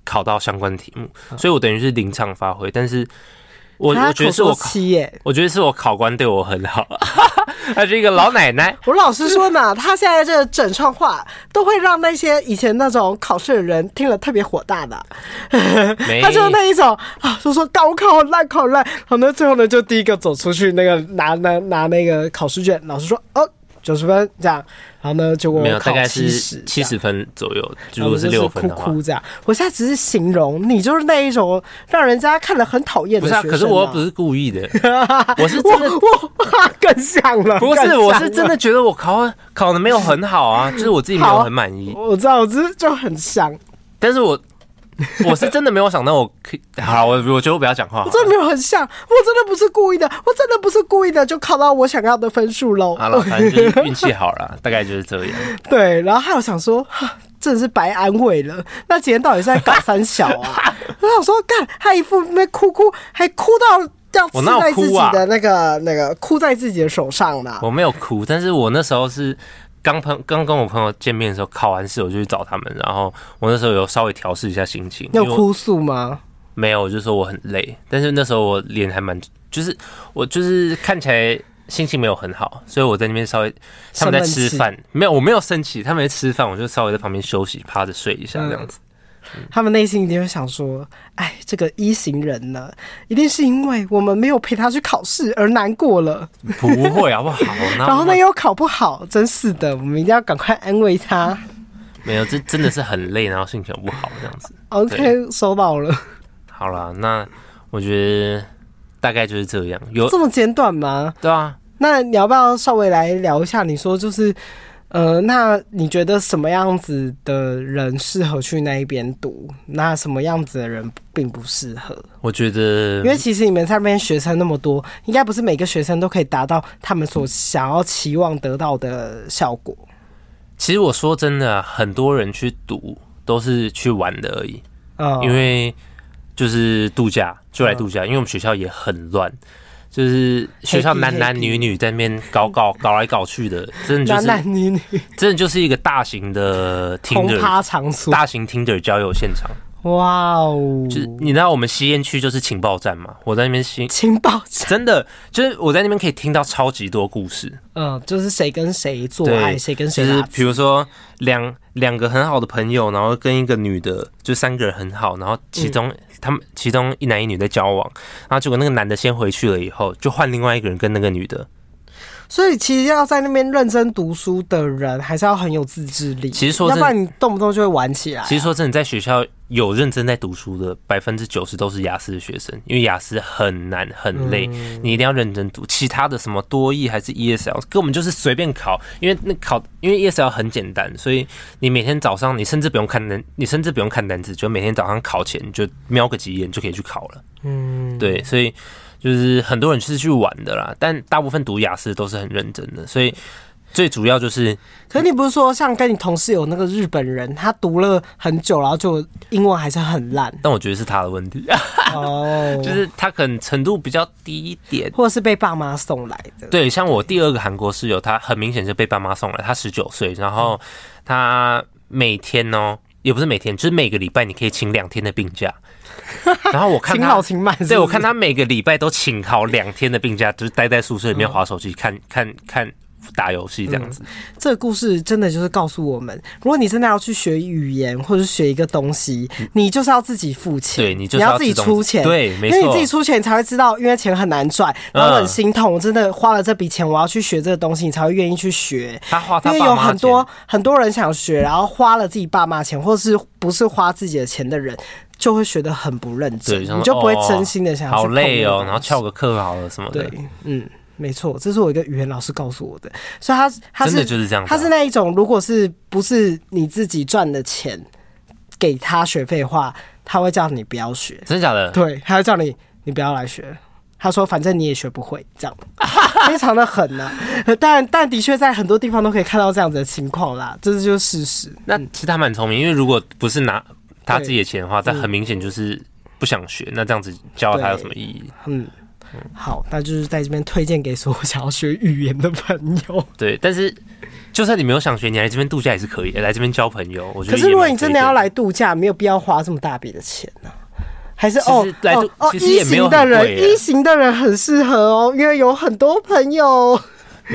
Speaker 2: 考到相关题目，所以我等于是临场发挥。但是我
Speaker 1: 嗯他
Speaker 2: 我觉得是
Speaker 1: 口
Speaker 2: 我
Speaker 1: 说
Speaker 2: 考，
Speaker 1: 七耶，
Speaker 2: 我觉得是我考官对我很好， 她是一个老奶奶。
Speaker 1: 我老实说 呢，他现在这整串话都会让那些以前那种考试的人听了特别火大的。
Speaker 2: 没
Speaker 1: 他就是那一种啊，就说高考很烂考很烂，然后呢最后呢就第一个走出去，那个拿拿拿那个考试卷，老师说哦。九十分这样，然后呢，结果
Speaker 2: 没
Speaker 1: 我
Speaker 2: 有，
Speaker 1: 考
Speaker 2: 大概
Speaker 1: 七
Speaker 2: 是
Speaker 1: 十，
Speaker 2: 七十分左右。
Speaker 1: 然
Speaker 2: 如
Speaker 1: 后
Speaker 2: 果
Speaker 1: 我就是
Speaker 2: 六分的话
Speaker 1: 哭，哭这样。我现在只是形容你就是那一种让人家看了很讨厌
Speaker 2: 不
Speaker 1: 的学
Speaker 2: 是
Speaker 1: 生、
Speaker 2: 啊，可是我又不，是故 意的，我是
Speaker 1: 我
Speaker 2: 真的
Speaker 1: 我更像了，
Speaker 2: 不
Speaker 1: 更
Speaker 2: 是，
Speaker 1: 像
Speaker 2: 我是真
Speaker 1: 了。
Speaker 2: 的觉得我考考的没有很好啊，就是我自己没有很满意。
Speaker 1: 我知道，我只是就很像，
Speaker 2: 但是我我是真的没有想到我可以，好，我我觉得我不要讲话好
Speaker 1: 我
Speaker 2: 了
Speaker 1: 真的没有很像，我真的不是故意的，我真的不是故意的，就考到我想要的分数喽。
Speaker 2: 好了，反正就是运气好了，大概就是这样。
Speaker 1: 对，然后还有想说，哈真的是白安慰了。那今天到底是在搞三小 啊？我想说，干，他一副那哭哭，还哭到要
Speaker 2: 我
Speaker 1: 刺
Speaker 2: 哪有
Speaker 1: 在自己
Speaker 2: 哭啊
Speaker 1: 的那个、那个哭在自己的手上的。
Speaker 2: 我没有哭，但是我那时候是刚朋刚跟我朋友见面的时候，考完试我就去找他们，然后我那时候有稍微调试一下心情，
Speaker 1: 要
Speaker 2: 因为我
Speaker 1: 哭诉吗？
Speaker 2: 没有，我就说我很累，但是那时候我脸还蛮，就是我就是看起来心情没有很好，所以我在那边稍微他们在吃饭，没有我没有生气，他们在吃饭，我就稍微在旁边休息，趴着睡一下
Speaker 1: 嗯
Speaker 2: 这样子。
Speaker 1: 他们内心一定会想说：“哎，这个一行人呢，一定是因为我们没有陪他去考试而难过了，
Speaker 2: 不会好不好？
Speaker 1: 然后
Speaker 2: 那
Speaker 1: 呢又考不好，真是的，我们一定要赶快安慰 他。
Speaker 2: 没有，这真的是很累，然后心情不好这样子。”
Speaker 1: OK，收到了，
Speaker 2: 好啦，那我觉得大概就是这样。有
Speaker 1: 这么简短吗？
Speaker 2: 对啊，
Speaker 1: 那你要不要稍微来聊一下？你说就是，呃，那你觉得什么样子的人适合去那一边读？那什么样子的人并不适合？
Speaker 2: 我觉得
Speaker 1: 因为其实你们在那边学生那么多，应该不是每个学生都可以达到他们所想要期望得到的效果。
Speaker 2: 其实我说真的啊，很多人去赌都是去玩的而已，
Speaker 1: 嗯，
Speaker 2: 因为就是度假就来度假，因为我们学校也很乱。就是学校
Speaker 1: Happy，
Speaker 2: 男男
Speaker 1: happy
Speaker 2: 女女在那边 搞搞搞来搞去的，真的就
Speaker 1: 男
Speaker 2: 是
Speaker 1: 男女女
Speaker 2: 真的就是一个大型的
Speaker 1: 同
Speaker 2: Tinder
Speaker 1: 趴场所，
Speaker 2: 大型 Tinder 交友现场。
Speaker 1: 哇哦！
Speaker 2: 就是你知道我们吸烟区就是情报站嘛，我在那边吸，
Speaker 1: 情报站，
Speaker 2: 真的就是我在那边可以听到超级多故事。
Speaker 1: 嗯，就是谁跟谁做
Speaker 2: 对
Speaker 1: 爱，谁跟
Speaker 2: 就
Speaker 1: 谁
Speaker 2: 是
Speaker 1: 打
Speaker 2: 比如说两两个很好的朋友，然后跟一个女的，就三个人很好，然后其中、
Speaker 1: 嗯
Speaker 2: 他们其中一男一女在交往，然后结果那个男的先回去了以后，就换另外一个人跟那个女的。
Speaker 1: 所以其实要在那边认真读书的人，还是要很有自制力。
Speaker 2: 其实说
Speaker 1: 要
Speaker 2: 真
Speaker 1: 不然你动不动就会玩起来。
Speaker 2: 其实说真的，在学校有认真在读书的，百分之九十都是雅思的学生，因为雅思很难很累，你一定要认真读。其他的什么多益还是 ESL，根本就是随便考，因为那考因为 ESL 很简单，所以你每天早上你甚至不用看单，你甚至不用看单词，就每天早上考前你就瞄个几眼就可以去考了。
Speaker 1: 嗯，
Speaker 2: 对，所以就是很多人是去玩的啦，但大部分读雅思都是很认真的，所以最主要就是
Speaker 1: 可是你不是说像跟你同事有那个日本人，他读了很久，然后就英文还是很 烂
Speaker 2: 但我觉得是他的问题。
Speaker 1: 哦，
Speaker 2: 就是他可能程度比较低一点。
Speaker 1: 或者是被爸妈送来的。
Speaker 2: 对，像我第二个韩国室友，他很明显是被爸妈送来，他十九岁，然
Speaker 1: 嗯
Speaker 2: 后他每天哦，也不是每天，就是每个礼拜你可以请两天的 病假。然后我看
Speaker 1: 勤
Speaker 2: 他
Speaker 1: 劳，勤慢是不是，
Speaker 2: 对我看他每个礼拜都请好两天的病假，就是待在宿舍
Speaker 1: 嗯
Speaker 2: 里面划手机、看看看打游戏这样子。
Speaker 1: 这个故事真的就是告诉我们，如果你真的要去学语言或者学一个东西，你就是要自己付钱，
Speaker 2: 嗯对你就是
Speaker 1: 你
Speaker 2: 要
Speaker 1: 要自己
Speaker 2: 自动
Speaker 1: 出钱，
Speaker 2: 对没
Speaker 1: 因为你
Speaker 2: 错嗯
Speaker 1: 自己出钱，你才会知道，因为钱很难赚，然后很心痛，我真的花了这笔钱，我要去学这个东西，你才会愿意去学。
Speaker 2: 他花
Speaker 1: 因
Speaker 2: 啊他
Speaker 1: 为
Speaker 2: 爸
Speaker 1: 有
Speaker 2: 妈
Speaker 1: 很
Speaker 2: 的钱
Speaker 1: 多哎很多人想学，然后花了自己爸妈钱，或是不是花自己的钱的人，就会学得很不认真，
Speaker 2: 对，想说
Speaker 1: 你就不会
Speaker 2: 哦
Speaker 1: 真心的想要去
Speaker 2: 好
Speaker 1: 碰那个
Speaker 2: 累哦，
Speaker 1: 东
Speaker 2: 然后
Speaker 1: 西
Speaker 2: 翘个课好了什么的。
Speaker 1: 对，嗯，没错，这是我一个语言老师告诉我的，所以他他
Speaker 2: 真的
Speaker 1: 是
Speaker 2: 就是这样子啊
Speaker 1: 他是那一种，如果是不是你自己赚的钱给他学费的话，他会叫你不要学，
Speaker 2: 真的假的？
Speaker 1: 对，他会叫你你不要来学。他说：“反正你也学不会，这样 非常的狠呐、但但的确在很多地方都可以看到这样子的情况啦，这就是事实。
Speaker 2: 那嗯其实他蛮聪明，因为如果不是拿他
Speaker 1: 对
Speaker 2: 自己的钱的话，他很明显就是不想学。那这样子教他有什么意义？
Speaker 1: 嗯，好，那就是在这边推荐给所有想要学语言的朋友。
Speaker 2: 对，但是就算你没有想学，你来这边度假也是可以的，来这边交朋友。我觉得
Speaker 1: 可是如果你真的要来度假，没有必要花这么大笔的钱呢、还是
Speaker 2: 其实
Speaker 1: 哦
Speaker 2: 来度
Speaker 1: 哦哦，
Speaker 2: 其实也
Speaker 1: 一
Speaker 2: 没有
Speaker 1: 型
Speaker 2: 很
Speaker 1: 的
Speaker 2: 贵
Speaker 1: 人，
Speaker 2: 耶
Speaker 1: 一型的人很适合哦，因为有很多朋友。
Speaker 2: 也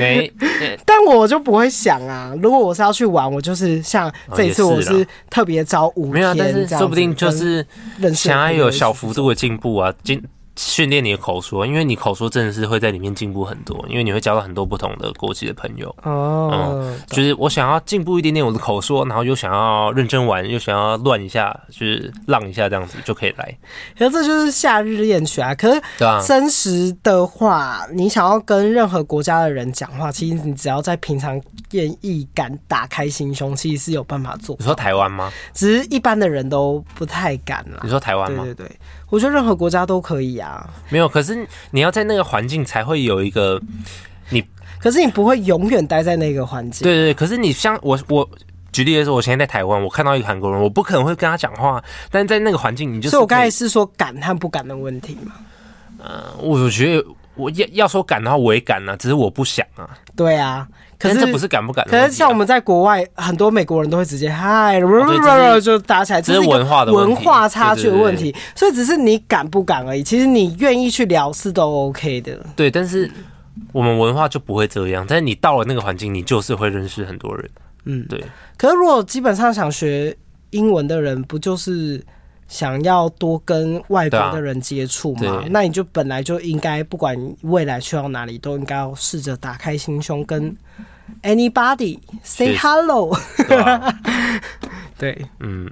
Speaker 2: 蛮推荐的，没
Speaker 1: 但我就不会想啊，如果我是要去玩，我就是像这一次
Speaker 2: 哦也
Speaker 1: 我
Speaker 2: 是啦
Speaker 1: 是特别招五
Speaker 2: 没
Speaker 1: 天
Speaker 2: 有啊，
Speaker 1: 这
Speaker 2: 但
Speaker 1: 样
Speaker 2: 是
Speaker 1: 子
Speaker 2: 说不定就是
Speaker 1: 跟认识的
Speaker 2: 想要
Speaker 1: 朋友
Speaker 2: 有
Speaker 1: 一起
Speaker 2: 小幅度的进步啊，今训练你的口说，因为你口说真的是会在里面进步很多，因为你会交到很多不同的国籍的朋友。
Speaker 1: 哦，
Speaker 2: 就是我想要进步一点点我的口说，然后又想要认真玩，又想要乱一下，就是浪一下这样子就可以来，
Speaker 1: 可是这就是夏日恋曲啊。可是
Speaker 2: 对啊，
Speaker 1: 真实的话，你想要跟任何国家的人讲话，其实你只要在平常愿意敢打开心胸，其实是有办法做
Speaker 2: 你。说台湾吗？
Speaker 1: 只是一般的人都不太敢啦
Speaker 2: 你。说台湾
Speaker 1: 啊对
Speaker 2: 吗？
Speaker 1: 对对，我觉得任何国家都可以啊。
Speaker 2: 没有，可是你要在那个环境才会有一个，
Speaker 1: 可是你不会永远待在那个环境。
Speaker 2: 对对对。可是你像我，我举例来说，我现在在台湾，我看到一个韩国人，我不可能会跟他讲话，但在那个环境，你就是
Speaker 1: 所以我刚
Speaker 2: 可以
Speaker 1: 才是说敢和不敢的问题嘛。
Speaker 2: 我觉得我要要说敢的话，我也敢啊，只是我不想啊。
Speaker 1: 对啊，可
Speaker 2: 但
Speaker 1: 是
Speaker 2: 这不是敢不敢的问题啊、
Speaker 1: 可是像我们在国外，很多美国人都会直接嗨，
Speaker 2: 这哦是
Speaker 1: 就打起来，
Speaker 2: 这
Speaker 1: 是
Speaker 2: 是
Speaker 1: 一个
Speaker 2: 文化的问题
Speaker 1: 文化差距的
Speaker 2: 对对对
Speaker 1: 问题。所以只是你敢不敢而已，其实你愿意去聊是都 OK 的。
Speaker 2: 对，但是我们文化就不会这样。但是你到了那个环境，你就是会认识很多人。
Speaker 1: 嗯，
Speaker 2: 对。
Speaker 1: 可是如果基本上想学英文的人，不就是？想要多跟外国
Speaker 2: 对啊
Speaker 1: 的人接触嘛，
Speaker 2: 对
Speaker 1: 那你就本来就应该，不管你未来去到哪里，都应该要试着打开心胸，跟
Speaker 2: 嗯
Speaker 1: anybody say
Speaker 2: 确实
Speaker 1: hello。
Speaker 2: 对吧
Speaker 1: 对
Speaker 2: 嗯，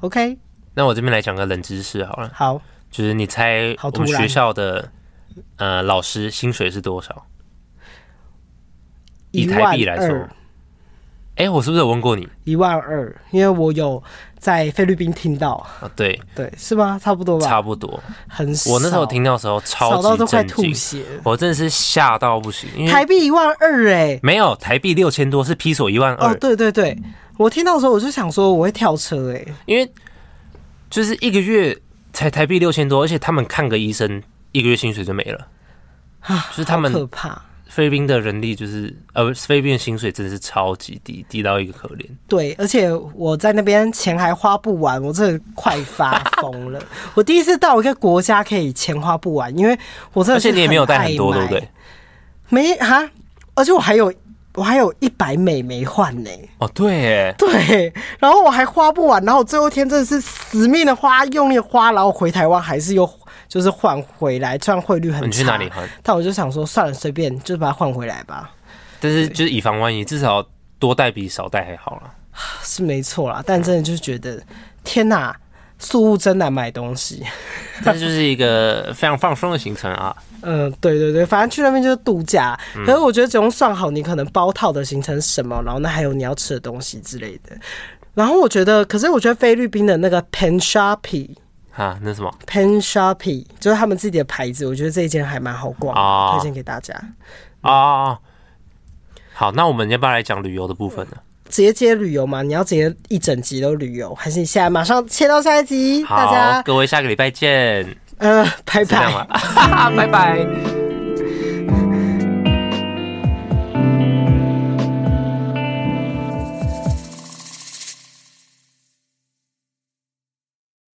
Speaker 1: ，OK，
Speaker 2: 那我这边来讲个冷知识好了，
Speaker 1: 好，
Speaker 2: 就是你猜
Speaker 1: 好
Speaker 2: 我
Speaker 1: 突然
Speaker 2: 们学校的呃老师薪水是多少？以台币来说
Speaker 1: 12,200，
Speaker 2: 哎、我是不是有问过你
Speaker 1: 一万二，因为我有在菲律宾听到，
Speaker 2: 啊？对，
Speaker 1: 对，是吗？差不多吧，
Speaker 2: 差不多。
Speaker 1: 很少。
Speaker 2: 我那时候听到的时候
Speaker 1: 少到
Speaker 2: 超
Speaker 1: 都
Speaker 2: 级
Speaker 1: 快
Speaker 2: 震
Speaker 1: 吐
Speaker 2: 惊，
Speaker 1: 血了，
Speaker 2: 我真的是吓到不行，因
Speaker 1: 台
Speaker 2: 为
Speaker 1: 币一万二哎，
Speaker 2: 没有台币六千多是批索一万
Speaker 1: 哦
Speaker 2: 嗯二，，
Speaker 1: 对对对，我听到的时候我就想说我会跳车哎、
Speaker 2: 因为就是一个月才台币六千多，而且他们看个医生一个月薪水就没了，
Speaker 1: 啊，
Speaker 2: 就是他们
Speaker 1: 好可怕。
Speaker 2: 菲律宾的人力就是呃，不是菲律宾的薪水真的是超级低，低到一个可怜。
Speaker 1: 对，而且我在那边钱还花不完，我真的快发疯 了。我第一次到一个国家可以钱花不完，因为我真
Speaker 2: 而
Speaker 1: 的是
Speaker 2: 且你也没有带
Speaker 1: 爱
Speaker 2: 很多，对
Speaker 1: 买
Speaker 2: 不对？？
Speaker 1: 没哈，而且我还有我还有一百美没换呢、
Speaker 2: 哦，对耶，
Speaker 1: 对，然后我还花不完，然后我最后一天真的是死命的花，用力地花，然后回台湾还是又就是换回来，虽然汇率很差。
Speaker 2: 哦你去哪里换？
Speaker 1: 但我就想说，算了，随便就是把它换回来吧，
Speaker 2: 但是就是以防万一，至少多带比少带还好 啦。
Speaker 1: 是没错啦。但真的就是觉得，天哪，宿务真难买东 西。
Speaker 2: 但是就是一个非常放松的行程啊。
Speaker 1: 嗯，对对对，反正去那边就是度假。
Speaker 2: 嗯
Speaker 1: 可是我觉得只用算好你可能包套的行程是什么，然后那还有你要吃的东西之类的。然后我觉得，可是我觉得菲律宾的那个 Pan Shopping。
Speaker 2: 啊，那什么
Speaker 1: Pen Shopping，就是他们自己的牌子，我觉得这一间还蛮好逛的，
Speaker 2: 哦
Speaker 1: 推荐给大家。
Speaker 2: 啊、哦好，那我们要不要来讲旅游的部分呢？
Speaker 1: 直接接旅游嘛？你要直接一整集都旅游，还是你现在马上切到下一集？大
Speaker 2: 好，
Speaker 1: 家
Speaker 2: 各位下个礼拜见，
Speaker 1: 呃，拜
Speaker 2: 是这样
Speaker 1: 拜。
Speaker 2: 吗？拜拜。